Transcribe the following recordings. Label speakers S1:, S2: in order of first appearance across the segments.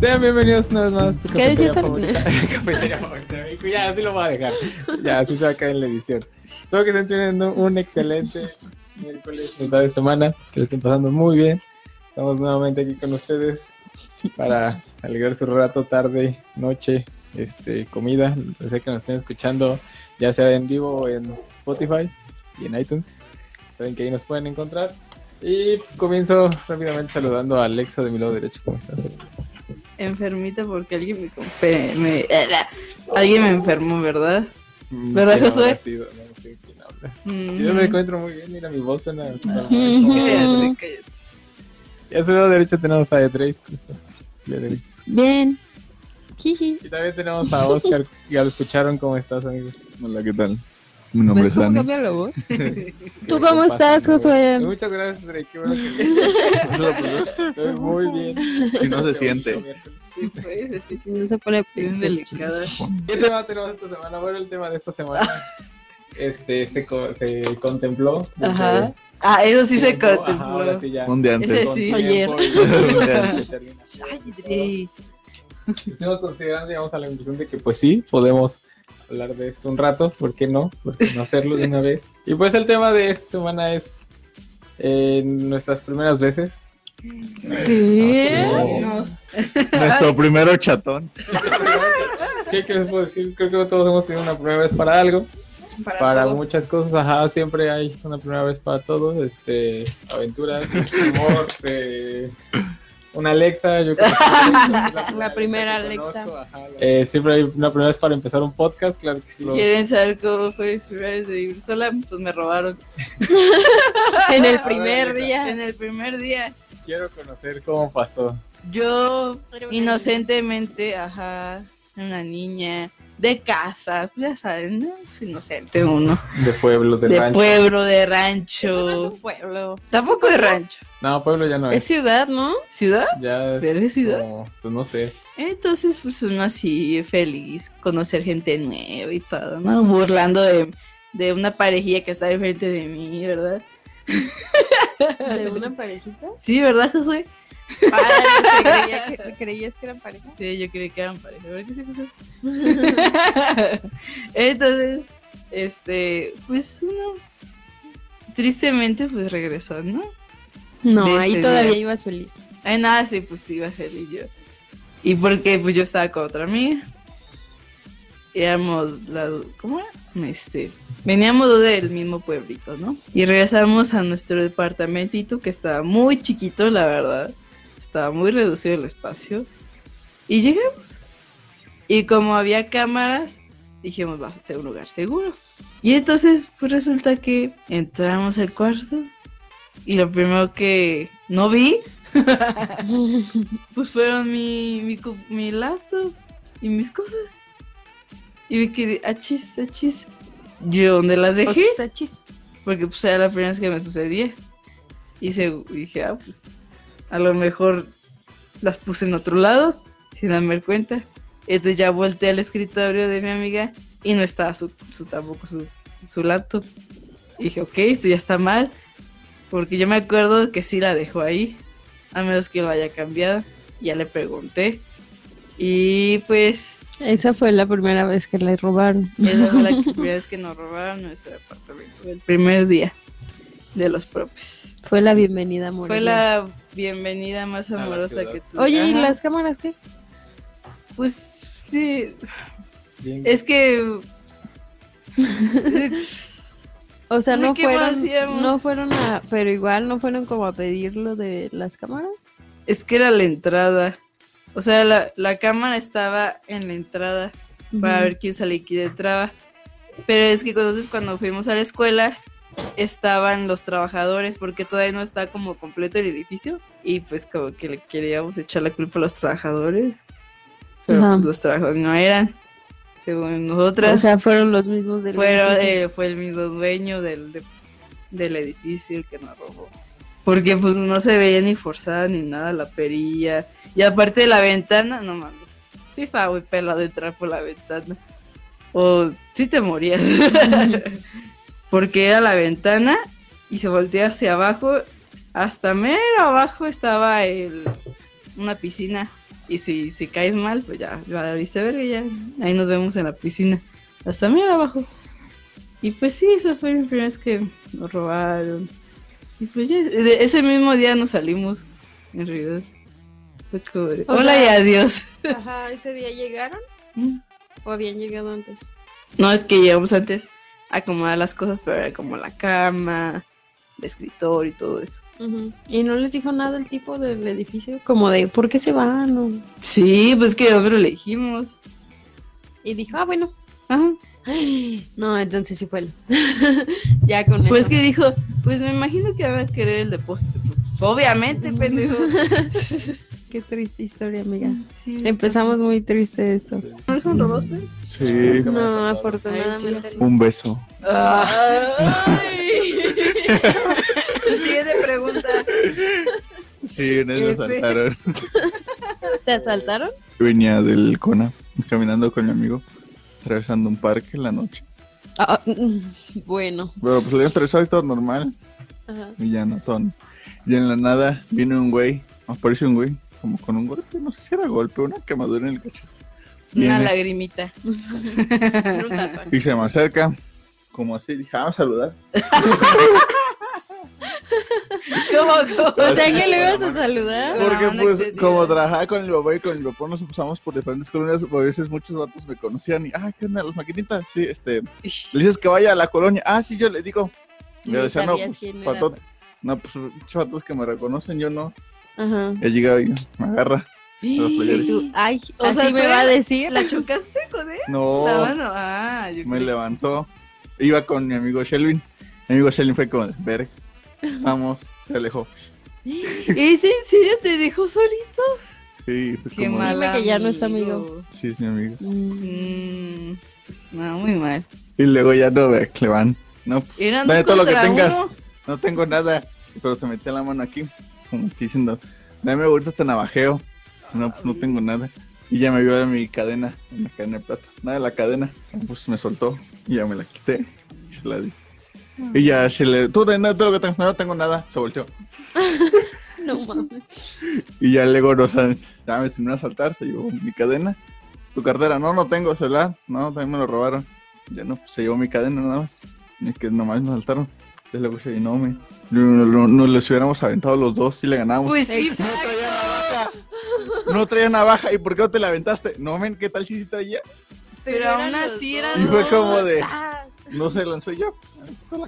S1: Sean bienvenidos una vez más. a su
S2: ¿Qué decías al-
S1: favorita. Cafetería favorita. Ya, así lo voy a dejar. Ya, así se va a caer en la edición. Espero que estén teniendo un excelente miércoles, mitad de semana. Que lo estén pasando muy bien. Estamos nuevamente aquí con ustedes para alegrar su rato, tarde, noche, este, comida. Sé que nos estén escuchando, ya sea en vivo o en Spotify y en iTunes. Saben que ahí nos pueden encontrar. Y comienzo rápidamente saludando a Alexa de mi lado derecho. ¿Cómo estás?
S3: enfermita porque alguien me, compe- me- alguien me enfermó, ¿verdad? ¿Verdad,
S1: ¿Quién
S3: Josué?
S1: habrá sido? No sé quién habla. Yo me encuentro muy bien, mira, mi voz suena.
S3: Cállate, cállate.
S1: Y a su lado derecho tenemos a E3, justo. Y
S2: Bien. Jiji.
S1: también tenemos a Oscar, ya lo escucharon, ¿cómo estás, amigo?
S4: Hola, ¿qué tal? Mi nombre
S2: ¿Ves
S4: es
S2: cómo
S4: Dani.
S2: cambia la voz?
S1: Que
S2: ¿Tú cómo
S1: te pasen,
S2: estás,
S1: güey.
S2: Josué?
S1: Muchas gracias, Drake, qué bueno que estoy muy bien.
S4: Si no se
S1: Qué
S4: siente.
S1: bonito miércoles. Sí.
S3: Sí, pues, sí, sí,
S2: No se pone
S3: bien
S2: princesa.
S3: delicada.
S1: ¿Qué tema tenemos esta semana? Bueno, el tema de esta semana este, se, co- se contempló.
S3: Ajá. Ah, eso sí se
S1: Tiempo, ajá,
S3: contempló.
S1: ahora sí ya.
S4: Un día
S3: Ese
S4: antes.
S1: Con
S3: sí.
S1: tiempo
S2: Ayer.
S1: y-
S3: Ay, Dre.
S1: Estuvimos considerando, llegamos a la conclusión de que pues sí, podemos hablar de esto un rato, ¿por qué no? ¿Por qué no hacerlo de una vez? Y pues el tema de esta semana es eh, nuestras primeras veces.
S2: ¿Qué?
S4: Ah, pues,
S1: No.
S3: Nos-
S4: Nuestro primero chatón.
S1: Es que, ¿qué les puedo decir? Creo que todos hemos tenido una primera vez para algo, para,
S3: todo.
S1: muchas cosas, ajá, siempre hay una primera vez para todo, este, aventuras, amor, eh, una Alexa, yo creo que es
S2: La primera Alexa.
S1: conozco, ajá, la- Eh, siempre hay una primera vez para empezar un podcast, claro que sí.
S3: ¿Quieren saber cómo fue el primer día de vivir sola? Pues me robaron.
S2: En el primer día.
S3: En el primer día.
S1: Quiero conocer cómo pasó.
S3: Yo inocentemente, ajá, una niña de casa, pues ya saben, ¿no? Es inocente uno.
S1: De pueblos, del
S3: de
S1: rancho.
S3: pueblo, de
S2: Eso no es
S3: rancho.
S2: un pueblo.
S3: Tampoco de rancho.
S1: No, pueblo ya no
S2: Es
S1: es.
S2: ciudad, ¿no?
S3: ¿Ciudad?
S1: Ya es
S3: ¿Pero es ciudad?
S1: como- pues no sé.
S3: Entonces, pues uno así feliz, conocer gente nueva y todo, ¿no? Burlando de, de una parejilla que está enfrente de mí, ¿verdad?
S2: De una parejita.
S3: Sí, ¿verdad, José?
S2: Padre, creía que, creías que eran parejas.
S3: Sí, yo creí que eran pareja, ¿verdad que sí, José? Entonces, este, pues uno tristemente pues regresó, ¿no?
S2: No,
S3: De
S2: ahí
S3: ese
S2: todavía
S3: día.
S2: ibas feliz.
S3: Ay, nada, sí, pues iba feliz yo. Y porque pues yo estaba con otra amiga. Y éramos las ¿cómo era? Este, veníamos dos del mismo pueblito, ¿no? Y regresamos a nuestro departamentito que estaba muy chiquito, la verdad. Estaba muy reducido el espacio. Y llegamos. Y como había cámaras, dijimos, va a ser un lugar seguro. Y entonces, pues resulta que entramos al cuarto. Y lo primero que no vi pues fueron mi, mi, co- mi laptop y mis cosas. Y me quedé, achis, achis. Yo dónde las
S2: Pues,
S3: dejé,
S2: Achis.
S3: porque pues era la primera vez que me sucedía. Y se, y dije, ah, pues a lo mejor las puse en otro lado, sin darme cuenta. Entonces ya volteé al escritorio de mi amiga y no estaba su, su- tampoco su, su laptop. Y dije, ok, esto ya está mal, porque yo me acuerdo que sí la dejó ahí, a menos que lo haya cambiado. Ya le pregunté. Y pues...
S2: Esa fue la primera vez que la robaron.
S3: Esa fue la primera vez Pues, que nos robaron nuestro apartamento, el primer día de los propios.
S2: Fue la bienvenida, amor.
S3: Fue la bienvenida más
S1: A la
S3: amorosa
S1: ciudad.
S3: que tuve.
S2: Oye, ¿y
S3: Ajá.
S2: las cámaras qué?
S3: Pues sí,
S1: Bien.
S3: es que...
S2: O sea,
S3: No sé
S2: no
S3: qué más
S2: fueron,
S3: hacíamos.
S2: no fueron a, pero igual no fueron como a pedir lo de las cámaras.
S3: es que era la entrada. O sea, la, la cámara estaba en la entrada para
S2: Ujú.
S3: ver quién salía y quién entraba. Pero es que entonces cuando fuimos a la escuela estaban los trabajadores porque todavía no está como completo el edificio y pues como que le queríamos echar la culpa a los trabajadores. Pero
S2: Ajá.
S3: pues, los trabajadores no eran, según nosotras.
S2: O sea, fueron los mismos del
S3: Pero
S2: edificio.
S3: eh, fue el mismo dueño del, de- del edificio el que nos robó. Porque pues no se veía ni forzada ni nada la perilla. Y aparte de la ventana, no mames. Sí estaba muy pelado entrar por la ventana. O sí te morías. Porque era la ventana y se voltea hacia abajo. Hasta mero abajo estaba el, una piscina. Y si, si caes mal, pues ya, ya abriste verga, ya. Ahí nos vemos en la piscina. Hasta mí abajo. Y pues sí, esa fue la primera vez que nos robaron. Y pues ya, de- ese mismo día nos salimos, en realidad. Fue como de,
S2: O
S3: Hola y
S2: sea-
S3: adiós.
S2: Ajá, ese día llegaron o habían llegado antes.
S3: No, es que llegamos antes a acomodar las cosas, pero era como la cama, el escritor y todo eso.
S2: Ujú. Y no les dijo nada el tipo del edificio, como de ¿por qué se van? o-
S3: Sí, pues que nosotros le dijimos.
S2: Y dijo, ah, bueno.
S3: Ajá.
S2: Ay, No, entonces sí fue él. ya con
S3: Pues
S2: eso.
S3: que dijo, pues me imagino que van a querer el depósito. Pues, Obviamente, pendejo.
S2: Qué triste historia, amiga.
S3: Sí, ¿eh?
S2: Empezamos muy triste esto.
S3: ¿No les han robado ustedes?
S4: Sí.
S1: me
S2: No,
S1: desagrada.
S2: afortunadamente.
S3: Ay, sí.
S2: no.
S4: Un beso.
S3: Siguiente pregunta.
S4: Sí, una vez
S3: F.
S4: me saltaron.
S2: ¿Te asaltaron?
S4: Venía del Cona caminando con mi amigo, atravesando un parque en la noche.
S2: Ah, mm, bueno.
S4: Pero pues lo había atravesado y todo normal,
S2: Ajá.
S4: y ya no, todo. Y en la nada viene un güey, aparece un güey, como con un golpe, no sé si era golpe, una quemadura en el cachete.
S3: Una
S4: Viene.
S3: lagrimita.
S2: Era un tatuaje.
S4: Y se me acerca, como así, dije, ah, vamos a saludar.
S3: ¿Cómo, cómo?
S2: O sea que le ibas a saludar.
S4: Porque
S3: una
S4: pues
S3: excedida.
S4: como trabajaba con mi papá y con mi papá nos pasamos por diferentes colonias, a veces muchos vatos me conocían y, ah, ¿qué onda? ¿Las maquinitas? Sí, este, le dices que vaya a la colonia, ah, sí, yo le digo. Y
S2: Ni
S4: yo decía, no,
S2: sabías
S4: pues,
S2: quién era.
S4: patot- no, pues, muchos vatos que me reconocen, yo no.
S2: Ajá.
S4: Ya llegaba y me agarra.
S2: Y tú, ay,
S3: O
S2: así
S3: sea,
S2: me
S3: fue-
S2: va a decir.
S3: ¿La chocaste, joder?
S4: No,
S3: La mano. Ah, yo
S4: Oh. me
S3: creí-
S4: levantó. Iba con mi amigo Shelvin. Mi amigo Shelvin fue como, ver, vamos, se alejó.
S3: ¿Es en serio? ¿Te dejó solito?
S4: Sí, fue como,
S2: mal. Dime que ya no es
S4: sí, es mi amigo.
S2: Mm,
S3: Mm, no, muy mal.
S4: Y luego ya no ve, le van. No, pues,
S3: Eran
S4: Dale
S3: dos
S4: todo lo que
S3: contra
S4: tengas.
S3: uno.
S4: No tengo nada. Pero se metía la mano aquí, como que diciendo, dame ahorita te navajeo. No, pues no tengo nada. Y ya me vio mi cadena, en la cadena de plata. Nada de la cadena. Pues me soltó y ya me la quité. y Se la di. Y ya se le, tú de nada, todo lo que tengas, no tengo nada. Se volteó.
S2: No mames.
S4: Y ya luego, no, o sea, ya me terminó a saltar, se llevó mi cadena. Tu cartera, no, no tengo celular. No, también me lo robaron. Ya no, pues, se llevó mi cadena nada más. Y es que nomás me saltaron. Entonces luego se no, me. no- no- Nos los hubiéramos aventado los dos y le ganábamos.
S3: Pues sí,
S4: No traía navaja. No traía navaja. ¿Y por qué no te la aventaste? No, men, ¿qué tal si sí traía?
S3: Pero
S2: eran
S3: aún
S2: los
S3: así
S2: dos.
S3: eran
S4: Y fue como de-
S2: Ah,
S4: No se lanzó yo.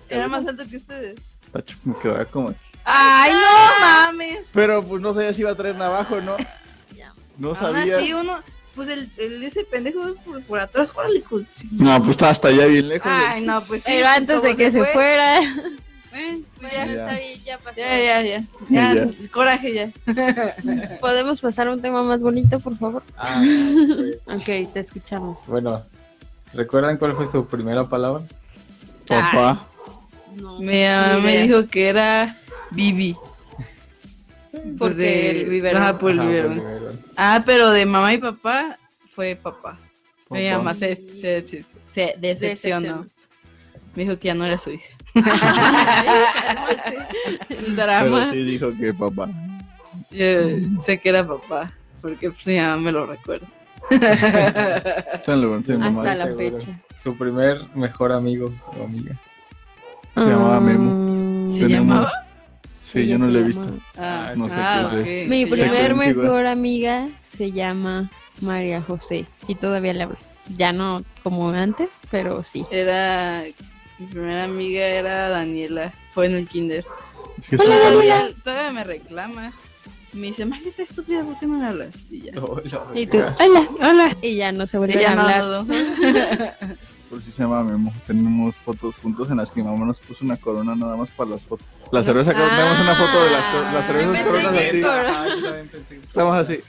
S3: era más alto que ustedes.
S4: Tacho, me quedaba como.
S3: ¡Ay, no mames!
S4: Pero pues no sabía si iba a traer navaja o no.
S2: Ya.
S4: No
S3: Aún así
S4: sabía.
S3: uno, pues el, el- ese pendejo por, por atrás, órale, cu-
S4: No, pues estaba hasta allá bien lejos.
S3: Ay, no, pues sí.
S2: Pero
S3: pues
S2: antes
S3: como
S2: de que se,
S3: fue,
S2: fuera.
S3: eh, pues
S2: Bueno,
S3: ya,
S2: está bien, ya pasó.
S3: ya, ya, ya, ya,
S4: Ya.
S3: el coraje ya.
S2: ¿Podemos pasar a un tema más bonito, por favor?
S1: Ah, pues,
S2: Ok, te escuchamos.
S1: bueno, ¿recuerdan cuál fue su primera palabra?
S4: Papá.
S2: No.
S3: Mi mamá
S2: Ni
S3: me
S2: idea.
S3: dijo que era Bibi.
S2: Porque el biberón.
S3: Ajá, por el
S1: Ajá,
S3: biberón.
S1: por el biberón.
S3: Ah, pero de mamá y papá fue papá. Mi
S4: Papá.
S3: mamá se, se, se- se decepcionó.
S2: Decepcionó.
S3: Me dijo que ya no era su hija. pues.
S2: El drama.
S4: Pero sí dijo que papá.
S3: Yo sé que era papá, porque pues, mi mamá me lo recuerda.
S4: Tan levante mi mamá.
S2: Hasta la
S1: seguro.
S2: fecha.
S1: Su primer mejor amigo o amiga.
S4: Se llamaba Memo.
S3: ¿Se
S4: Tenía un-
S3: llamaba?
S4: Sí, yo no
S2: Ah, se
S4: le he
S2: llama-
S4: visto.
S3: Ah,
S4: no sé
S3: ah,
S4: qué
S3: ok.
S4: sé.
S2: Mi
S3: Sí,
S2: primer
S4: Exactamente,
S2: mejor
S4: igual.
S2: amiga se llama María José y todavía le hablo. Ya no como antes, pero sí.
S3: Era. Mi primera amiga era Daniela. Fue en el kinder.
S4: Es que
S2: Hola,
S4: está-
S2: Daniela.
S3: Todavía, todavía me reclama. Me dice, maldita estúpida, ¿por qué no me hablas? Y ya.
S1: Oh, la
S2: Y tú,
S1: verga.
S2: hola, hola. Y ya no se vuelven a
S3: Ella no,
S2: hablar.
S3: no, no.
S4: Por si se llama Memo. Tenemos fotos juntos en las que mi mamá nos puso una corona nada más para las fotos. La cerveza,
S2: Ah.
S4: tenemos una foto de las, cor- las cervezas
S2: Yo Ah, pensé
S4: coronas
S2: que
S4: así.
S2: cor-
S1: Ajá, ah, yo también pensé que-
S4: Estamos así.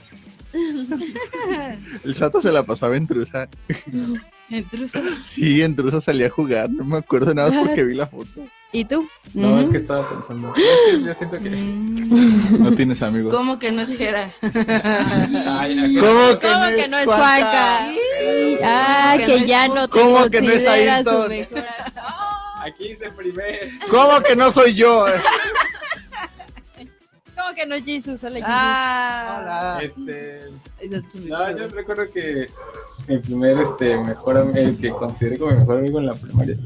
S4: El chata se la pasaba en trusa.
S3: Intrusa.
S4: Sí, en trusa salía a jugar. No me acuerdo nada más porque vi la foto.
S2: ¿Y tú?
S1: No, es
S3: Ujú.
S1: que estaba pensando. Es que Yo siento que.
S3: Mm.
S4: No tienes amigos.
S3: ¿Cómo que no es Jera?
S1: Ay, la-
S2: ¿Cómo que no es Juanca? Sí. Ah,
S3: ¿Cómo que
S2: que
S3: no
S2: ya
S3: es-
S2: no te
S4: ¿Cómo que no es
S2: considera su
S4: Ayrton?
S2: mejor amiga.
S1: Aquí hice primer.
S4: ¿Cómo que no soy yo?
S2: ¿Cómo que no es Jesus? Hola, Jesus.
S3: Ah,
S4: Hola.
S1: Este,
S3: esa es tu
S1: no, yo
S3: mejor.
S1: recuerdo que mi primer este, mejor am- el que consideré como mi mejor amigo en la primaria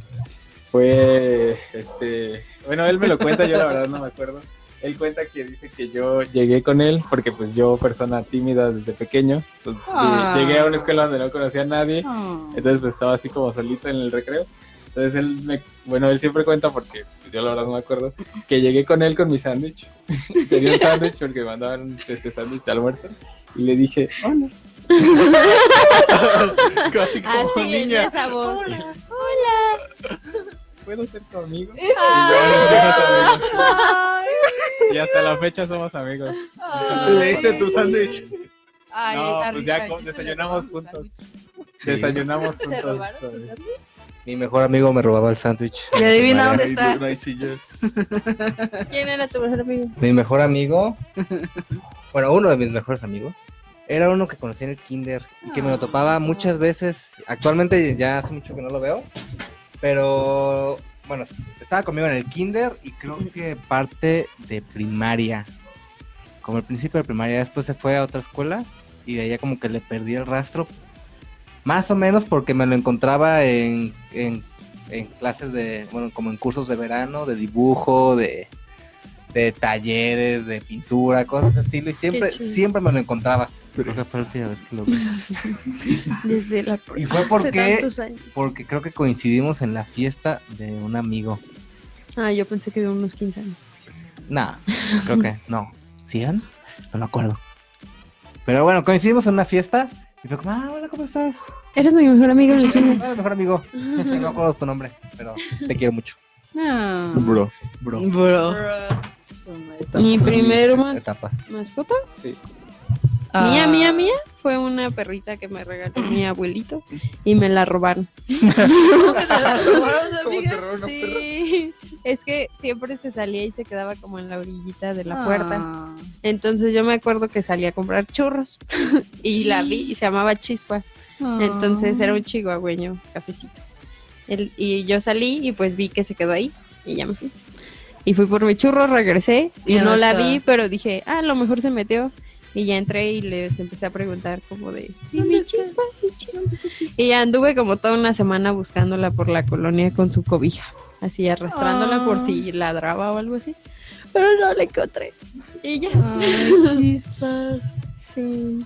S1: fue este. Bueno, él me lo cuenta, yo la verdad no me acuerdo. Él cuenta que dice que yo llegué con él porque, pues, yo, persona tímida desde pequeño, pues, eh,
S3: Ah.
S1: llegué a una escuela donde no conocía a nadie.
S3: Ah.
S1: Entonces pues, estaba así como solito en el recreo. Entonces él, me- bueno, él siempre cuenta porque pues, yo la verdad no me acuerdo, que llegué con él con mi sándwich. Tenía un sándwich porque me mandaban este sándwich de almuerzo. Y le dije, hola.
S4: Casi como
S2: Así le di
S4: niña.
S2: Ah, esa voz.
S1: Hola. ¿Puedo ser tu amigo? Y,
S2: Ah.
S1: yo, "Yo también". Y hasta la fecha somos amigos.
S3: Ay.
S4: Le diste tu sándwich.
S3: Ay,
S1: No,
S3: está
S1: pues
S3: rica,
S1: ya
S3: yo
S1: com-
S3: se la
S1: desayunamos
S3: como
S1: juntos.
S3: sándwich.
S5: Sí.
S1: Desayunamos
S3: ¿Te
S1: juntos.
S3: robaron tu
S1: ¿sabes?
S3: sándwich?
S5: Mi mejor amigo me robaba el sándwich.
S3: Y adivina
S5: Vaya.
S3: dónde
S4: Ay,
S3: está.
S4: No hay sillas.
S2: ¿Quién era tu mejor amigo?
S5: Mi mejor amigo, bueno, uno de mis mejores amigos, era uno que conocí en el kinder y que me lo topaba muchas veces. Actualmente ya hace mucho que no lo veo, pero bueno, estaba conmigo en el kinder y creo que parte de primaria, como el principio de primaria, después se fue a otra escuela y de allá como que le perdí el rastro, más o menos porque me lo encontraba en, en- en clases de, bueno, como en cursos de verano, de dibujo, de, de talleres, de pintura, cosas de ese estilo, y siempre,
S2: chido.
S5: siempre me lo encontraba. Creo que fue la última vez que lo vi.
S2: Desde la
S5: Y fue
S2: Hace
S5: porque,
S2: tantos años.
S5: porque creo que coincidimos en la fiesta de un amigo.
S2: Ah, yo pensé que de unos 15 años.
S5: Nah, creo que no. ¿Sí eran? No me acuerdo. Pero bueno, coincidimos en una fiesta y fue como, ah, hola, ¿cómo estás?
S2: Eres mi mejor amigo en el kinder.
S5: Hola, mejor amigo. No me acuerdo tu nombre, pero te quiero mucho.
S3: Ah.
S4: Bro.
S5: Bro.
S3: Bro.
S2: Mi primero
S5: Mis
S2: mas-
S5: Etapas.
S2: mascota.
S1: Sí.
S3: Ah.
S2: Mía, mía, mía. Fue una perrita que me regaló mi abuelito y me la robaron.
S4: ¿Cómo te robaron una perra?
S2: Sí, es que siempre se salía y se quedaba como en la orillita de la
S3: Ah.
S2: puerta. Entonces yo me acuerdo que salía a comprar churros y la vi y se llamaba Chispa.
S3: Ah.
S2: Entonces era un chihuahueño cafecito. El- y yo salí y pues vi que se quedó ahí y ya me fui. Y fui por mi churro, regresé y
S3: Ya
S2: no la
S3: está.
S2: vi, pero dije, ah, a lo mejor se metió. Y ya entré y les empecé a preguntar como de, ¿y
S3: ¿Dónde
S2: mi
S3: está?
S2: chispa? ¿Mi chispa? Y ya anduve como toda una semana buscándola por la colonia con su cobija, así arrastrándola
S3: Ah.
S2: por si ladraba o algo así. Pero no la encontré. Y ya.
S3: Ah. Ay, chispas.
S2: Sí.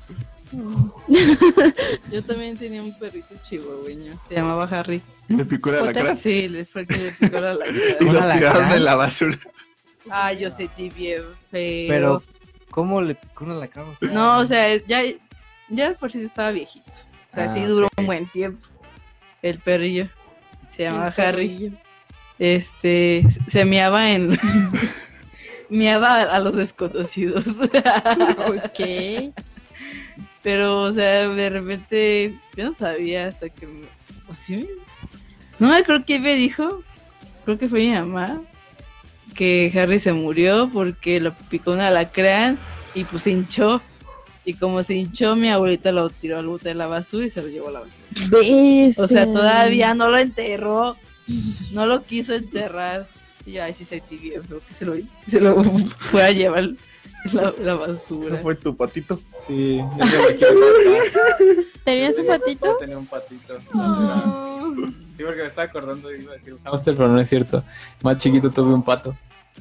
S3: Yo también tenía un perrito chihuahueño. Se llamaba Harry.
S4: Le picó la
S2: Ponte-
S4: lacra.
S3: Sí, le fue que le picó la
S4: Y
S3: lacra.
S4: lo
S5: ¿Una lacra?
S4: tiraron en la basura.
S3: Ah, yo sentí bien feo.
S5: Pero, ¿cómo le picó una lacra? O sea,
S3: No, o sea, es- ya, ya de por sí estaba viejito. O sea,
S5: Ah,
S3: sí duró
S5: ok.
S3: un buen tiempo. El perrillo. Se llamaba
S2: El
S3: Harry.
S2: perrillo.
S3: Este, se meaba en... meaba a los desconocidos.
S2: Ok.
S3: Pero, o sea, de repente, yo no sabía hasta que... me- ¿O sí? me- No me acuerdo quién me dijo, creo que fue mi mamá, que Harry se murió porque lo picó un alacrán y pues se hinchó. Y como se hinchó, mi abuelita lo tiró al bote de la basura y se lo llevó a la basura.
S2: Este,
S3: O sea, todavía no lo enterró. No lo quiso enterrar. Y yo, ay, sí sentí bien, pero que se lo, que se lo fuera a llevar la, la
S4: ¿No
S3: basura.
S4: fue tu patito?
S1: Sí, yo ya me quiero cortar.
S2: ¿Tenías un patito?
S1: Tenía un patito. Sí, porque me estaba acordando y iba a decir un hámster, pero no es cierto. Más chiquito tuve un pato.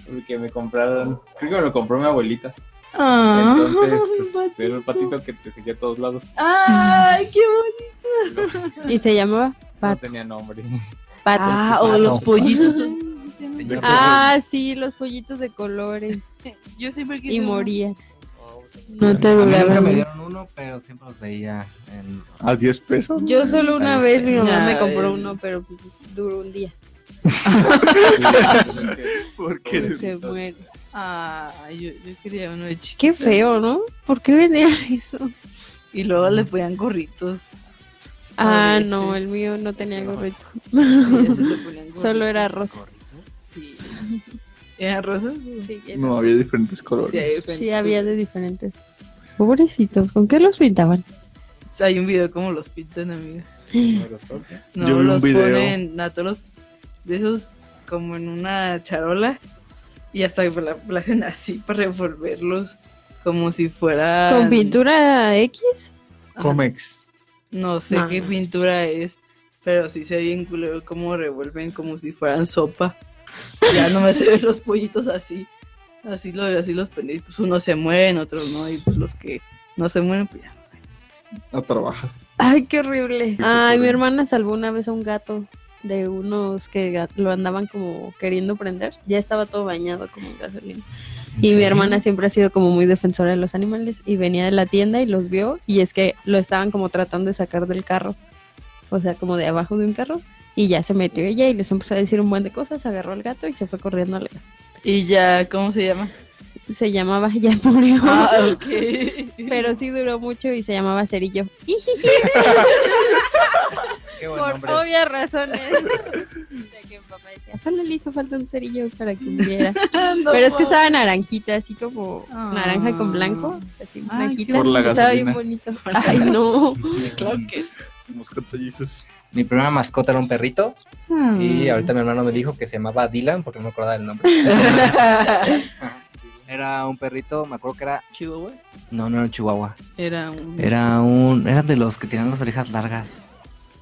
S1: Porque me compraron, creo que me lo compró mi abuelita.
S3: Ah,
S1: Entonces, pues,
S3: un patito.
S1: era un patito que te seguía a todos lados.
S3: Ay, qué bonito.
S2: Y se llamaba
S1: No
S2: Pato.
S1: tenía nombre.
S2: Pato.
S3: Ah,
S5: o
S3: o
S5: los
S3: los pollitos.
S2: Ah, sí, los pollitos de colores.
S3: Yo siempre quise.
S2: Y
S3: uno.
S2: moría. No te
S5: a mí nunca
S2: duraba.
S5: me dieron uno, pero siempre los veía en
S4: ¿A 10 pesos?
S2: Yo solo una vez mi mamá me
S3: Ya,
S2: compró
S3: eh.
S2: uno, pero pues, duró un día.
S1: Pobre.
S4: ¿Por qué?
S2: Pues, Se muere.
S3: Ah, yo, yo quería uno de chiquito.
S2: Qué feo, ¿no? ¿Por qué vendían eso?
S3: Y luego le ponían gorritos.
S2: Ah,
S3: Pobrecitos.
S2: no, el mío no tenía gorrito.
S3: Sí, ese le ponían
S2: Solo era
S3: gorritos.
S2: rosa.
S3: Sí. ¿Eran rosas? Sí,
S2: Sí, era-
S4: No, había diferentes colores.
S3: hay
S2: sí, había de diferentes. Pobrecitos, ¿con qué los pintaban?
S3: Hay un video como los pintan, amiga. No,
S4: Yo vi un
S3: los
S4: video.
S3: ponen a todos los- de esos como en una charola Y hasta que la, la hacen así para revolverlos como si fuera.
S2: ¿Con pintura X?
S4: Comex.
S3: No sé
S2: No,
S3: qué
S2: no.
S3: pintura es, pero sí se ve bien culero cómo revuelven como si fueran sopa. Ya no me se ven los pollitos así. Así, lo, así los pendejos. Pues unos se mueren, otros no. Y pues los que no se mueren, pues ya.
S4: No trabaja.
S2: Ay, qué horrible.
S4: qué
S2: Ay, mi
S4: horrible.
S2: hermana salvó una vez a un gato de unos que ga- lo andaban como queriendo prender. Ya estaba todo bañado como en gasolina. Y mi hermana siempre ha sido como muy defensora de los animales y venía de la tienda y los vio y es que lo estaban como tratando de sacar del carro. O sea, como de abajo de un carro. Y ya se metió ella y les empezó a decir un buen de cosas, agarró al gato y se fue corriendo a la casa.
S3: Y ya, ¿cómo se llama?
S2: Se llamaba, ya murió.
S3: Ah, ok.
S2: Pero sí duró mucho y se llamaba Cerillo.
S5: Qué buen
S2: Por
S5: nombre.
S2: obvias razones. De que mi papá decía, solo le hizo falta un cerillo para que muriera.
S3: No
S2: Pero es que
S3: puedo.
S2: estaba naranjita, así como
S3: Ah.
S2: naranja con blanco. Así,
S3: Ay,
S2: naranjita.
S3: qué
S4: Por la
S2: estaba bien
S4: gasolina.
S2: bonito. Ay, no.
S3: Claro que.
S4: Moscata Jesus.
S5: Mi primera mascota era un perrito.
S3: pues.
S5: Y
S4: Mm.
S5: ahorita mi hermano me dijo que se llamaba Dylan porque no me acordaba del nombre. Era un perrito, me acuerdo que era.
S3: Chihuahua
S5: No, no era un chihuahua.
S3: era un.
S5: Era un. Era de los que tenían las orejas largas.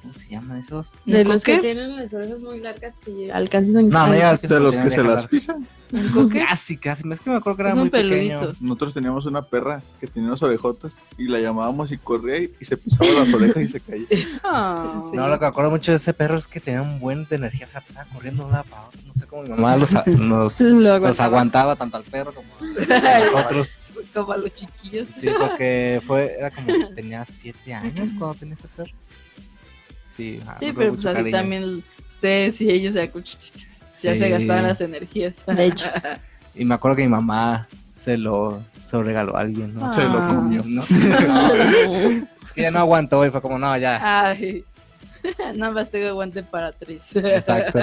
S5: ¿Cómo se llaman esos?
S3: ¿Un
S2: De los que
S3: cocker?
S2: tienen las orejas muy largas que alcanzan.
S5: No, no era
S4: De los que se las pisan.
S3: ¿Un cocker?
S5: Casi, casi. Es que me acuerdo que era
S3: Es
S5: muy
S3: un peludito.
S5: pequeño.
S4: Nosotros teníamos una perra que tenía unas orejotas y la llamábamos y corría y, y se pisaba las orejas y se caía.
S3: Ah.
S2: Sí.
S5: No, lo que me acuerdo mucho de ese perro es que tenía un buen de energía. Se la pasaba corriendo de un lado para otro. No sé cómo mi mamá los, a- nos-
S2: Lo
S5: los
S2: aguantaba.
S5: aguantaba tanto al perro como a nosotros.
S3: Como a los chiquillos.
S5: Sí, porque fue, era como que tenía siete años cuando tenía ese perro. Sí, ah,
S3: Sí,
S5: le
S3: pero
S5: mucho
S3: pues así
S5: cariño.
S3: también ustedes y ellos ya, ya se
S5: Sí.
S3: gastaban las energías.
S2: De hecho.
S5: Y me acuerdo que mi mamá se lo, se lo regaló a alguien, ¿no? Ah.
S4: Se lo comió.
S5: No sé, no, es que ya no aguantó y fue como, no,
S3: Ah.
S5: ya.
S3: Ay, nada más tengo guante para tres.
S5: Exacto.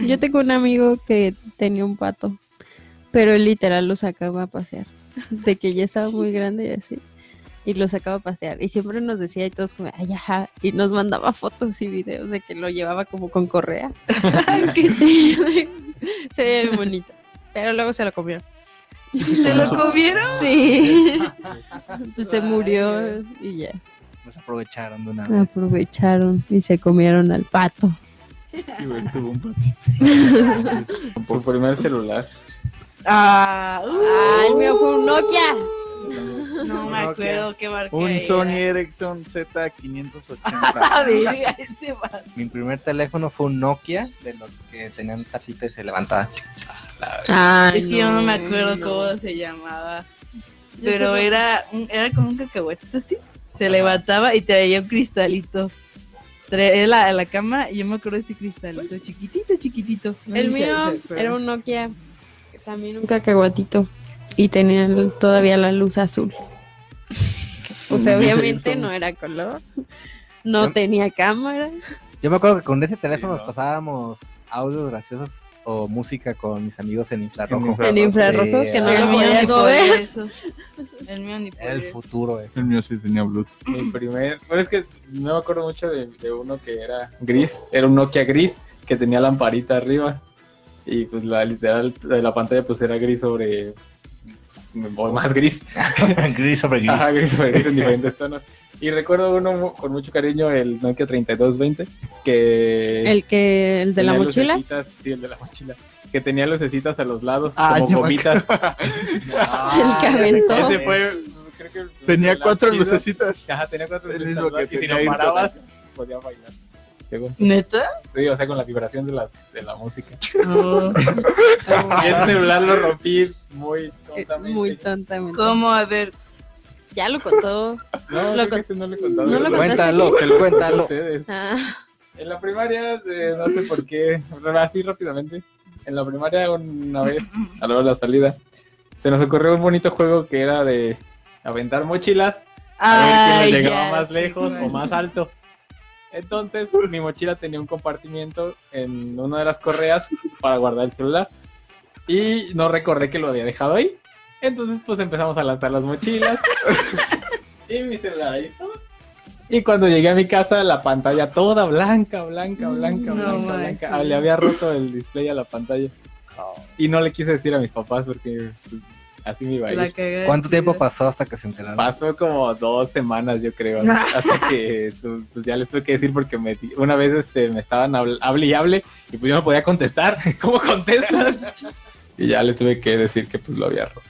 S2: Yo tengo un amigo que tenía un pato, pero él literal lo sacaba a pasear. De que ya estaba muy grande y así. Y lo sacaba a pasear. Y siempre nos decía y todos como, ay, ajá. Y nos mandaba fotos y videos de que lo llevaba como con correa. se veía bien bonito. Pero luego se lo comió.
S3: ¿Se lo comieron?
S2: Sí. Pues se
S3: Ay,
S2: murió y ya.
S5: Nos aprovecharon de una
S3: Ah,
S5: vez.
S2: Aprovecharon y se comieron al pato.
S4: Y güey, tuvo un patito.
S1: Su primer celular.
S3: Ah,
S2: Ah, el mío fue un Nokia.
S3: No me
S4: Nokia.
S3: acuerdo qué marca
S4: Un
S3: era.
S4: Sony Ericsson Z580.
S3: A ver, este va.
S5: Mi primer teléfono fue un Nokia de los que tenían tapita y se levantaba.
S3: Es que yo no me acuerdo cómo se llamaba. Pero era, un- era como un cacahuete así. Se levantaba y traía un cristalito. Traía la, la cama y yo me acuerdo de ese cristalito, chiquitito, chiquitito. No
S2: El
S3: sé si se-
S2: mío
S3: se acuerdan.
S2: era un Nokia, también un cacahuatito. Y tenía el- todavía la luz azul. O sea, obviamente no era color. No
S5: Ya-
S2: tenía cámara.
S5: Yo me acuerdo que con ese teléfono
S4: Sí,
S5: nos
S4: ¿no?
S5: pasábamos audios graciosos o música con mis amigos en infrarrojo.
S4: infrarrojo.
S2: En infrarrojo,
S5: sí,
S2: que no
S5: ah.
S3: el
S2: lo
S3: mío ni
S2: podías
S3: podía
S2: mover.
S3: eso. El mío ni podía.
S5: Era el futuro ese.
S4: El mío sí tenía Bluetooth.
S1: Mi primer. Bueno, es que no me acuerdo mucho de, de uno que era gris. Era un Nokia gris que tenía lamparita arriba. Y pues la literal de la pantalla pues era gris sobre. O más gris.
S5: gris sobre gris.
S1: Ajá, gris sobre gris en diferentes tonos. Y recuerdo uno mu- con mucho cariño, el Nokia 3220, que.
S2: El que, el de la
S1: tenía
S2: mochila.
S1: lucecitas, Sí, el de la mochila. Que tenía lucecitas a los lados,
S5: Ah, yo
S1: como
S5: me
S1: gomitas.
S2: El que
S4: Ah,
S2: aventó.
S1: Ese fue. pues, creo que el-
S4: Tenía
S1: el
S4: cuatro
S1: chido.
S4: lucecitas.
S1: Ajá, tenía cuatro
S4: El
S1: lucecitas.
S4: mismo que
S1: ¿verdad? Y si
S4: tenía
S1: lo
S4: Ayrton
S1: parabas, podía bailar. Según.
S3: ¿Neta?
S1: Sí, o sea, con la vibración de, las, de la música.
S3: No.
S1: Y ese celular lo rompí muy
S2: eh,
S1: tontamente.
S2: Muy tontamente.
S3: ¿Cómo? A ver,
S2: Ya lo contó.
S1: No,
S2: Lo
S1: creo
S2: con-
S1: que ese no lo he contado.
S2: no lo
S1: Bueno,
S2: contaste.
S5: Cuéntalo,
S1: se lo cuento a
S5: cuéntalo.
S1: ustedes.
S2: Ah,
S1: En la primaria, eh, no sé por qué, pero así rápidamente. En la primaria, una vez, a la hora de la salida, se nos ocurrió un bonito juego que era de aventar mochilas a ver
S3: Ay,
S1: quién nos
S3: ya
S1: llegaba más
S3: sé
S1: lejos o
S3: cuál.
S1: más alto. Entonces, mi mochila tenía un compartimiento en una de las correas para guardar el celular. Y no recordé que lo había dejado ahí. Entonces, pues empezamos a lanzar las mochilas. y mi celular ahí estaba. Y cuando llegué a mi casa, la pantalla toda blanca, blanca, blanca,
S3: Mm, No
S1: blanca,
S3: manches. Oh.
S1: blanca. Ah, le había roto el display a la pantalla. Y no le quise decir a mis papás porque pues, así me iba a
S3: La
S1: ir.
S3: cagué.
S5: ¿Cuánto tiempo pasó hasta que se enteraron?
S1: Pasó como dos semanas, yo creo, hasta que su- pues, ya les tuve que decir porque me, di- una vez este, me estaban habl- hable y hable y pues yo no podía contestar. ¿Cómo contestas? Y ya les tuve que decir que pues lo había roto.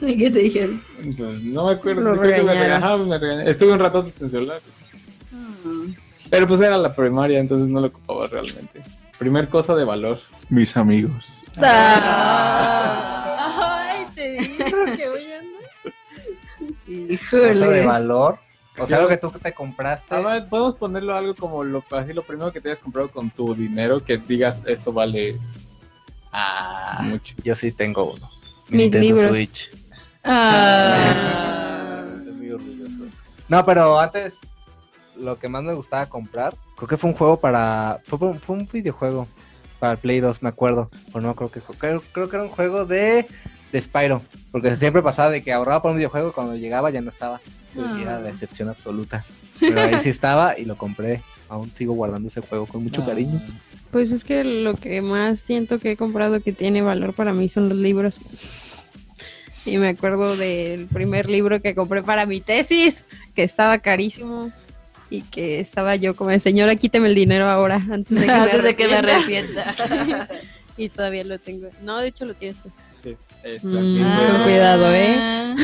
S6: ¿Y qué te dijeron?
S1: Pues, no me acuerdo.
S2: Lo
S1: creo que me
S2: regañaron.
S1: regañaron, me regañaron. Estuve un rato sin celular.
S6: Ah,
S1: Pero pues era la primaria, entonces no lo ocupaba realmente. Primer cosa de valor.
S4: Mis amigos.
S2: Ay, te dije que voy a andar.
S5: Cosa de
S3: Híjole.
S5: valor. O sea, lo que tú te compraste.
S1: Además, podemos ponerlo algo como lo, así lo primero que te hayas comprado con tu dinero, que digas esto vale
S5: Ah,
S1: mucho.
S5: yo sí tengo uno.
S2: Mis
S5: Nintendo
S2: libros.
S5: Switch.
S3: Ah.
S5: Estoy muy orgulloso de eso. No, pero antes lo que más me gustaba comprar, creo que fue un juego para. Fue, un- fue un videojuego para el Play 2, me acuerdo. O no, creo que creo, creo que era un juego de, de Spyro. Porque siempre pasaba de que ahorraba para un videojuego y cuando llegaba ya no estaba. Y era decepción absoluta. Pero ahí sí estaba y lo compré. Aún sigo guardando ese juego con mucho cariño.
S2: Pues es que lo que más siento que he comprado que tiene valor para mí son los libros. Y me acuerdo del primer libro que compré para mi tesis, que estaba carísimo y que estaba yo como, señora, quíteme el dinero ahora, antes de que me,
S6: Antes de que me
S2: arrepienta".
S6: arrepienta.
S2: Y todavía lo tengo. No, de hecho lo tienes tú.
S1: Sí, es
S2: Mm,
S1: tranquilo.
S3: Ah.
S2: con cuidado, ¿eh?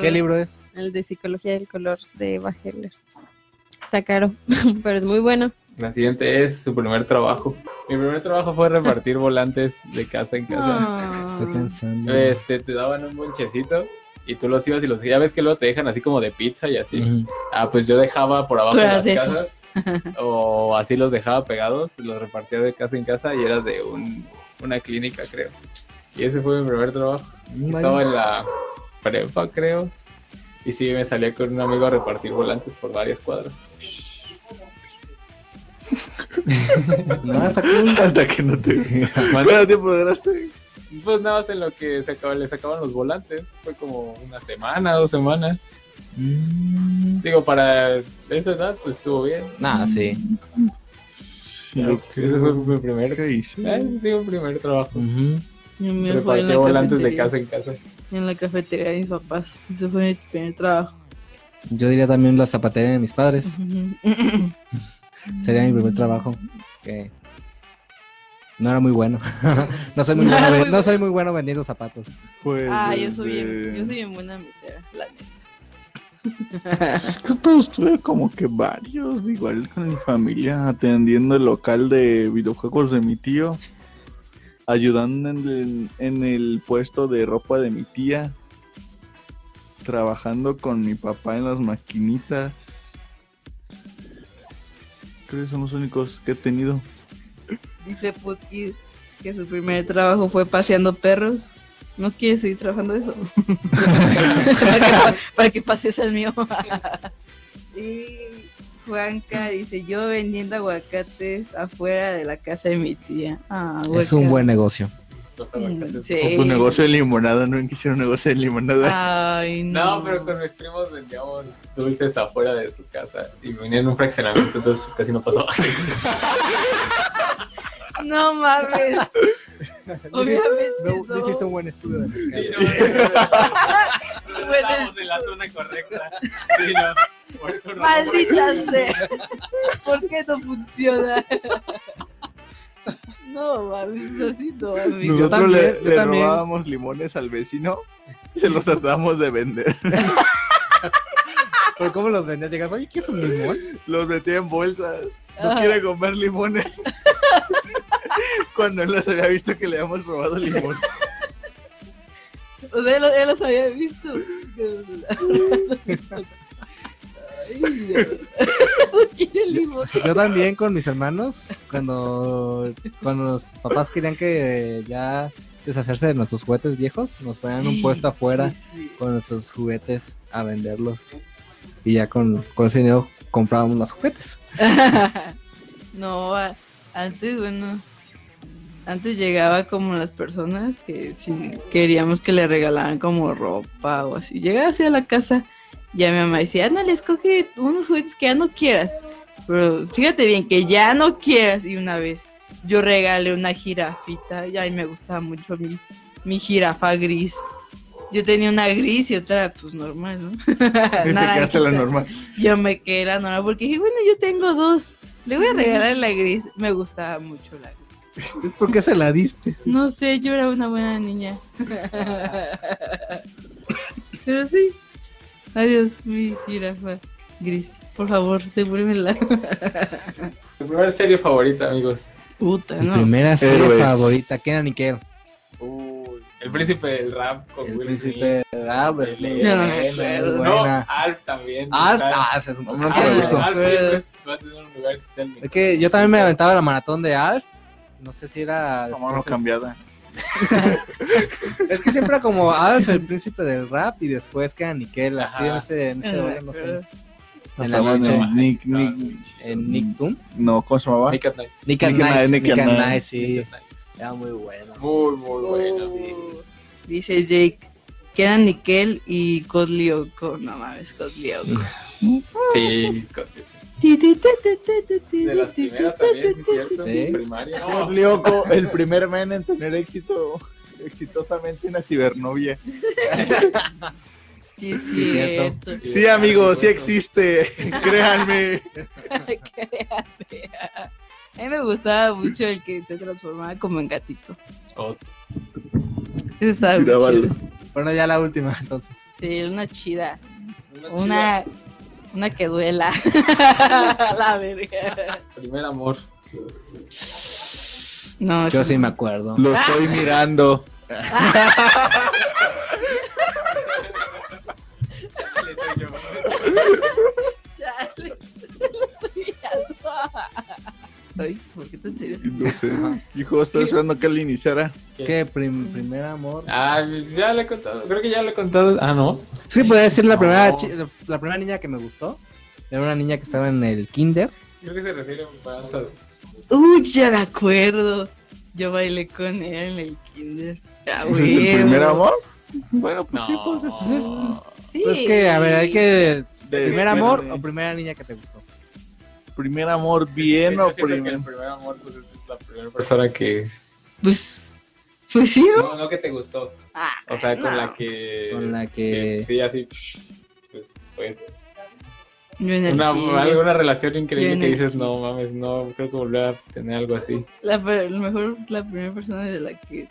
S5: ¿Qué libro es?
S2: El de Psicología del Color de Eva Heller. Está caro, pero es muy bueno.
S1: La siguiente es su primer trabajo. Mi primer trabajo fue repartir volantes de casa en
S3: Ah.
S1: casa.
S5: Estoy pensando.
S1: Este, te daban un bonchecito y tú los ibas y los ya ves que luego te dejan así como de pizza y así.
S5: Ujú.
S1: Ah, pues yo dejaba por abajo
S6: Tú
S1: de
S6: eras
S1: las
S6: de
S1: casas o así los dejaba pegados, los repartía de casa en casa y era de un- una clínica, creo. Y ese fue mi primer trabajo. Estaba en la prepa, creo. Y sí, me salía con un amigo a repartir volantes por varias cuadras.
S5: No, está cool.
S4: Hasta que no te.
S1: Mande.
S4: ¿Cuánto tiempo duraste?
S1: Pues nada más en lo que se acaba- le sacaban los volantes. Fue como una semana, dos semanas. Digo, para esa edad, pues estuvo bien.
S5: Mm. Ah, sí.
S1: Pero Ese fue mi primer,
S4: ¿Qué hice?
S1: eh, sí, mi primer trabajo.
S5: Ujú.
S3: Yo me fui en
S1: Repartía
S3: la
S1: volantes de
S3: cafetería.
S1: casa en casa.
S3: En la cafetería de mis papás. Ese fue mi primer trabajo.
S5: Yo diría también la zapatería de mis padres.
S3: Ujú.
S5: Sería mi primer trabajo. Que no era muy bueno. no, soy muy
S3: No
S5: bueno
S3: era
S5: ve-
S3: muy
S5: no
S3: bueno.
S5: soy muy bueno vendiendo zapatos.
S4: Pues,
S3: Ah, yo soy bien,
S4: desde-
S3: yo soy bien buena mesera, la neta.
S4: Yo todos tuve como que varios, igual con mi familia, atendiendo el local de videojuegos de mi tío, ayudando en el, en el puesto de ropa de mi tía, trabajando con mi papá en las maquinitas. Creo que son los únicos que he tenido.
S3: Dice Putki que su primer trabajo fue paseando perros. ¿No quieres seguir trabajando eso? para, que, pa- para que pases el mío. y Juanca dice, yo vendiendo aguacates afuera de la casa de mi tía. Ah,
S5: Es un
S3: aguacate.
S5: buen negocio.
S1: Los
S3: Mm,
S1: aguacates.
S3: sí. Ah,
S4: O tu negocio de limonada, no quisiera un negocio de limonada.
S3: Ay, no.
S1: No, pero con mis primos vendíamos dulces afuera de su casa y venían en un fraccionamiento, entonces pues casi no pasaba.
S3: No mames. Obviamente
S5: No,
S3: no.
S5: hiciste un buen estudio de
S1: Sí,
S5: mercado.
S1: no, no, no, no, estábamos en la zona correcta. Sí, no, por eso no.
S3: Maldita sea. ¿Por qué no funciona? No, mames, así no, amigo.
S4: Nosotros
S5: también,
S4: le,
S5: yo
S4: le
S5: también.
S4: robábamos limones al vecino, se los tratábamos de vender.
S5: Pero ¿cómo los vendías? Llegas, oye, ¿qué es un limón?
S4: Los metía en bolsas. No
S5: Ah.
S3: Ajá.
S4: quiere comer limones. Cuando él los había visto que le habíamos robado limón.
S3: O sea, él, él los había visto. Ay, Dios. No quiere limón.
S5: Yo también con mis hermanos, cuando, cuando los papás querían que ya deshacerse de nuestros juguetes viejos, nos ponían un puesto afuera.
S3: Sí, sí.
S5: con nuestros juguetes a venderlos. Y ya con, con ese dinero comprábamos los juguetes.
S3: No, a- antes, bueno, antes llegaba como las personas que si queríamos que le regalaran como ropa o así. Llegaba así a la casa y a mi mamá decía, ándale, escoge unos juguetes que ya no quieras. Pero fíjate bien, que ya no quieras. Y una vez, yo regalé una jirafita y ay, me gustaba mucho mi, mi jirafa gris. Yo tenía una gris y otra, pues normal, ¿no?
S4: Y te quedaste la
S3: Naranjita.
S4: normal.
S3: Yo me quedé la normal porque dije, bueno, yo tengo dos. Le voy a regalar la gris. Me gustaba mucho la gris.
S4: Es porque se la diste.
S3: No sé, yo era una buena niña. Pero sí. Adiós, mi jirafa gris. Por favor, devuélvela.
S1: Tu primera serie favorita, amigos.
S3: Puta,
S5: Mi
S3: no.
S5: primera serie
S4: Héroes.
S5: favorita, Kenan y Kel.
S1: Uy, el príncipe del rap con
S5: El
S1: Will
S5: príncipe de Rap es muy
S1: No,
S3: no me
S5: buena,
S3: acuerdo.
S5: muy
S1: Smith. No,
S5: buena.
S1: Alf también.
S5: Ah,
S1: Alf,
S5: ah, ese es un
S4: Vámonos
S5: clásico.
S4: con el
S1: Alf
S4: gusto.
S1: siempre va a tener un lugar especial. en mi
S5: Es que yo también me aventaba la maratón de Alf. No sé si era.
S4: Como no
S5: después el-
S4: cambiada.
S5: Es que siempre era como Alf, el príncipe del rap, y después queda Nickel, así en
S1: Ajá.
S5: ese, en ese orden, no sé. En la
S4: Pasaban
S5: noche.
S4: en Nick,
S1: Estaba
S4: Nick,
S1: muy chido.
S5: En Nicktoon.
S4: No, ¿cómo se llamaba?
S1: Nick at Night.
S5: Nick and
S4: Nick and
S5: Knight,
S4: Knight, Nick
S5: Nick
S4: and
S5: and
S4: Knight.
S5: Knight, sí.
S1: Nick at Night.
S5: Era muy bueno.
S1: Muy, muy bueno.
S3: Oh, Dice Jake. Quedan Nickel y Cotlioco. No mames, Cotlioco.
S1: Sí, con- de las primeras también, sí, cierto.
S5: Sí.
S1: Primaria.
S4: Somos
S1: No,
S4: Lioco, el primer men en tener éxito exitosamente una cibernovia.
S3: Sí, es
S5: Sí, cierto.
S3: cierto.
S4: Sí, ah, amigos, sí existe. Créanme.
S3: Créate. A mí me gustaba mucho el que se transformaba como en gatito.
S1: Oh,
S3: Eso estaba muy
S4: Tiraba
S3: chido.
S4: los-
S5: Bueno, ya la última, entonces.
S3: Sí, una chida.
S1: una chida.
S3: Una, una que duela. La verga.
S1: Primer amor.
S3: No,
S5: Yo
S3: eso
S5: sí
S3: no.
S5: me acuerdo.
S4: Lo estoy mirando.
S3: Chale, lo estoy mirando. Ay, ¿por qué tan serio?
S4: No sé. Hijo, estoy esperando que él iniciara.
S5: ¿Qué? Prim- primer amor.
S1: Ah, ya le he contado. Creo que ya le he contado. Ah, no.
S5: Sí, podría decir la
S1: No.
S5: primera, chi- la primera niña que me gustó. Era una niña que estaba en el kinder.
S1: Creo que se refiere más a.
S3: Uy, ya me acuerdo. Yo bailé con él en el kinder. Ah,
S4: ¿Ese es el
S3: huevo.
S4: primer amor? Bueno, pues sí, pues
S1: No.
S4: eso.
S5: Pues es-
S3: Sí.
S5: Pues que, a ver, hay que...
S4: De-
S5: ¿Primer
S4: bueno,
S5: amor
S4: de-
S5: o primera niña que te gustó?
S4: Ah, primer amor bien
S1: Yo
S4: o
S1: siento que
S4: primer.
S1: el primer amor, pues es la primera persona que.
S3: Pues, pues sí, ¿no?
S1: No, no que te gustó.
S3: Ah,
S1: O sea, con
S3: no.
S1: la que.
S5: Con la que-
S1: Sí, así. Pues fue
S3: Yo en el
S1: una,
S3: kinder.
S1: alguna relación increíble
S3: Bien
S1: que
S3: el
S1: dices, no mames, no, creo que volver a tener algo así.
S3: La, per- a lo mejor la primera persona de la que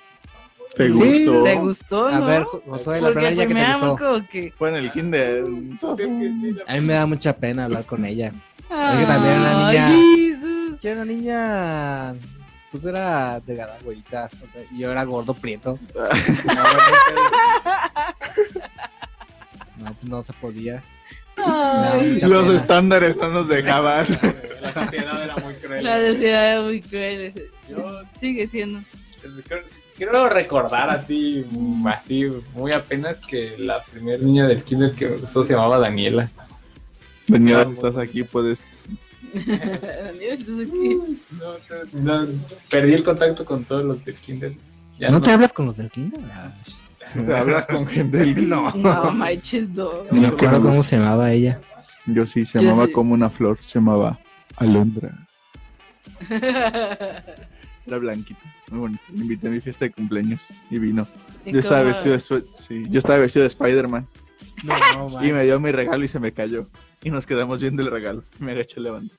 S4: ¿Te
S5: Sí.
S4: gustó?
S3: te gustó,
S5: Oh. A
S3: Oh, ¿no?
S5: ver, Jo- Josué, la
S3: Porque
S5: primera niña que te
S3: primero
S5: gustó.
S3: como que...
S4: Fue en el kinder.
S5: A mí me da mucha pena hablar con ella. que también la
S3: Ay,
S5: niña-
S3: Jesús.
S5: Yo era niña, pues era de la güerita, o sea, y yo era gordo prieto. No, pues no se podía. Me daba
S3: Ay,
S5: mucha
S4: Los
S5: pena.
S4: estándares no nos dejaban.
S1: La sociedad era muy cruel.
S3: La sociedad es muy cruel. ese-
S1: Yo pues,
S3: Sigue siendo.
S1: creo- Quiero recordar así, mm, así, muy apenas que la primera niña del kinder que me gustó se llamaba Daniela.
S4: Daniela, si estás aquí, puedes.
S3: Daniel, ¿estás aquí?
S1: No, no, no, perdí el contacto con todos los del kinder. Ya
S5: ¿No te hablas con los del kinder? Ah,
S4: Hablas con gente.
S5: No.
S3: No, manches, no.
S5: No me acuerdo cómo se llamaba ella.
S4: Yo sí, se
S3: Yo
S4: llamaba
S3: sí.
S4: como una flor, se llamaba Alondra. La blanquita. Muy bonita. Me invité a mi fiesta de cumpleaños y vino.
S3: ¿Y
S4: Yo estaba
S3: cómo-
S4: vestido de sue- sí, yo estaba vestido de Spider-Man
S5: No, no,
S4: y me dio mi regalo y se me cayó. Y nos quedamos viendo el regalo. Me agaché levantando.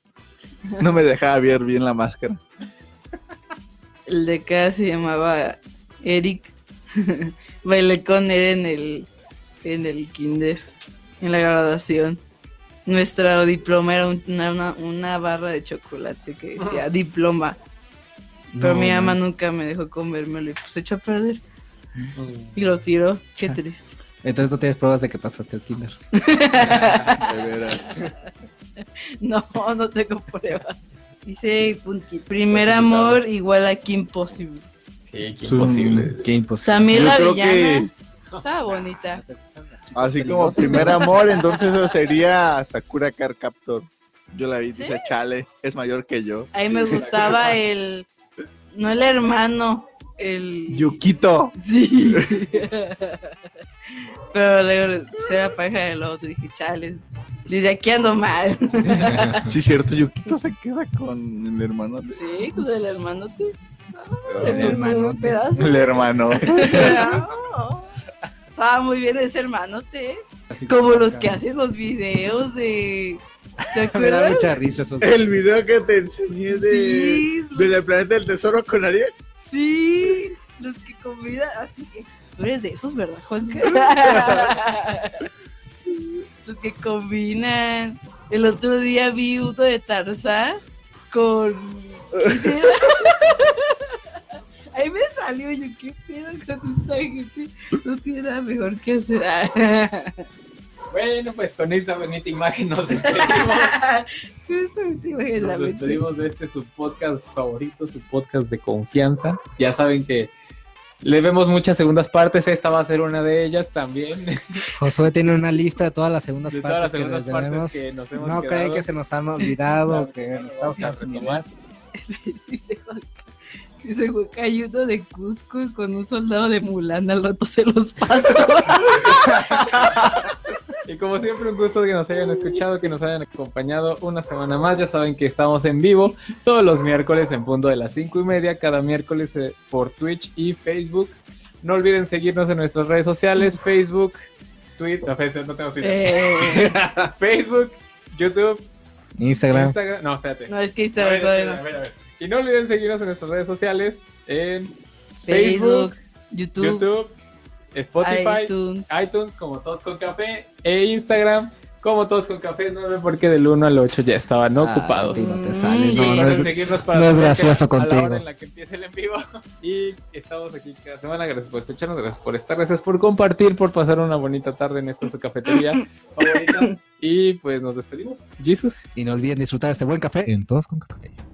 S4: No me dejaba ver bien la máscara.
S3: El de acá se llamaba Eric. Bailé con él en el, en el kinder, en la graduación. Nuestro diploma era un- una, una- una barra de chocolate que decía diploma. Pero mi mamá nunca me dejó comérmelo y pues se echó a perder. Y lo tiró. Qué
S4: Ah.
S3: triste.
S5: Entonces no tienes pruebas de que pasaste el kinder.
S4: De veras.
S3: No, no tengo pruebas. Dice Punky, primer amor igual a Kim Possible.
S1: Sí, qué
S4: Su-
S1: imposible.
S5: Mm, Qué imposible.
S3: También
S4: Yo
S3: la
S4: creo
S3: villana
S4: que-
S3: estaba bonita.
S4: Así como primer amor, entonces eso sería Sakura Car Captor. Yo la vi, dice Chale, es mayor que yo.
S3: A mí me gustaba el. No el hermano, el.
S4: Yukito.
S3: Sí. Pero luego pues, era pareja del otro. y Dije, chales. Desde aquí ando mal.
S4: Sí, cierto, Yukito se queda con el hermano. de-
S3: Sí, con el hermanote.
S4: El
S3: Le tocó un pedazo.
S4: El hermano.
S3: No. Estaba muy bien ese hermanote.
S5: Así
S3: Como
S5: acá.
S3: los que hacen los videos de. ¿Te
S5: Me da
S3: acuerdas?
S5: mucha risa esos.
S4: El video que te enseñé de.
S3: Sí,
S4: de la planeta del tesoro con Ariel.
S3: sí. Los que comida así. Tú eres de esos, ¿verdad, Juanca? los que combinan. El otro día vi uno de Tarzán con. ¿qué era? Ahí me salió yo, qué pedo con esta gente. No tiene nada mejor que hacer.
S1: Bueno, pues con esta bonita imagen nos despedimos.
S3: Justo esta imagen la
S1: Nos
S3: metí.
S1: despedimos de este su podcast favorito, su podcast de confianza. Ya saben que le vemos muchas segundas partes, esta va a ser una de ellas también. De
S5: Josué tiene una lista de todas las segundas
S1: todas las
S5: partes que
S1: segundas
S5: les
S1: partes
S5: debemos.
S1: que nos hemos
S5: No cree
S1: quedado.
S5: que se nos han olvidado,
S1: Claro,
S5: que
S1: claro,
S5: en Estados
S1: vamos a
S5: Unidos.
S3: Dice Juanca. Dice Juanca, hay uno de Cusco con un soldado de Mulan. Al rato se los paso.
S1: Y como siempre, un gusto que nos hayan escuchado, que nos hayan acompañado una semana más. Ya saben que estamos en vivo todos los miércoles en punto de las cinco y media, cada miércoles eh, por Twitch y Facebook. No olviden seguirnos en nuestras redes sociales, Facebook, Twitter, no, Facebook, no tengo Twitter.
S3: Eh,
S1: Facebook, YouTube,
S5: Instagram.
S1: Instagram. No, espérate.
S3: no, es que
S1: A
S3: está
S1: ver,
S3: verdad.
S1: a ver, a ver. Y no olviden seguirnos en nuestras redes sociales, en
S3: Facebook,
S1: Facebook,
S3: YouTube,
S1: YouTube, Spotify,
S3: iTunes.
S1: iTunes como Todos con Café e Instagram como Todos con Café 9 porque del 1 al 8 ya estaban
S5: Ah,
S1: ocupados.
S5: a ti no te
S3: Mm,
S5: sale,
S1: No,
S5: no,
S1: no
S5: no es-
S1: seguirnos para
S5: no es
S1: saber
S5: gracioso
S1: que a- A la
S5: contigo.
S1: hora en la que empiece el en vivo. Y estamos aquí cada semana. Gracias por escucharnos, gracias por estar, gracias por compartir, por pasar una bonita tarde en esta su cafetería favorita. Y pues nos despedimos. Jesus.
S5: Y no olviden disfrutar este buen café en todos con café.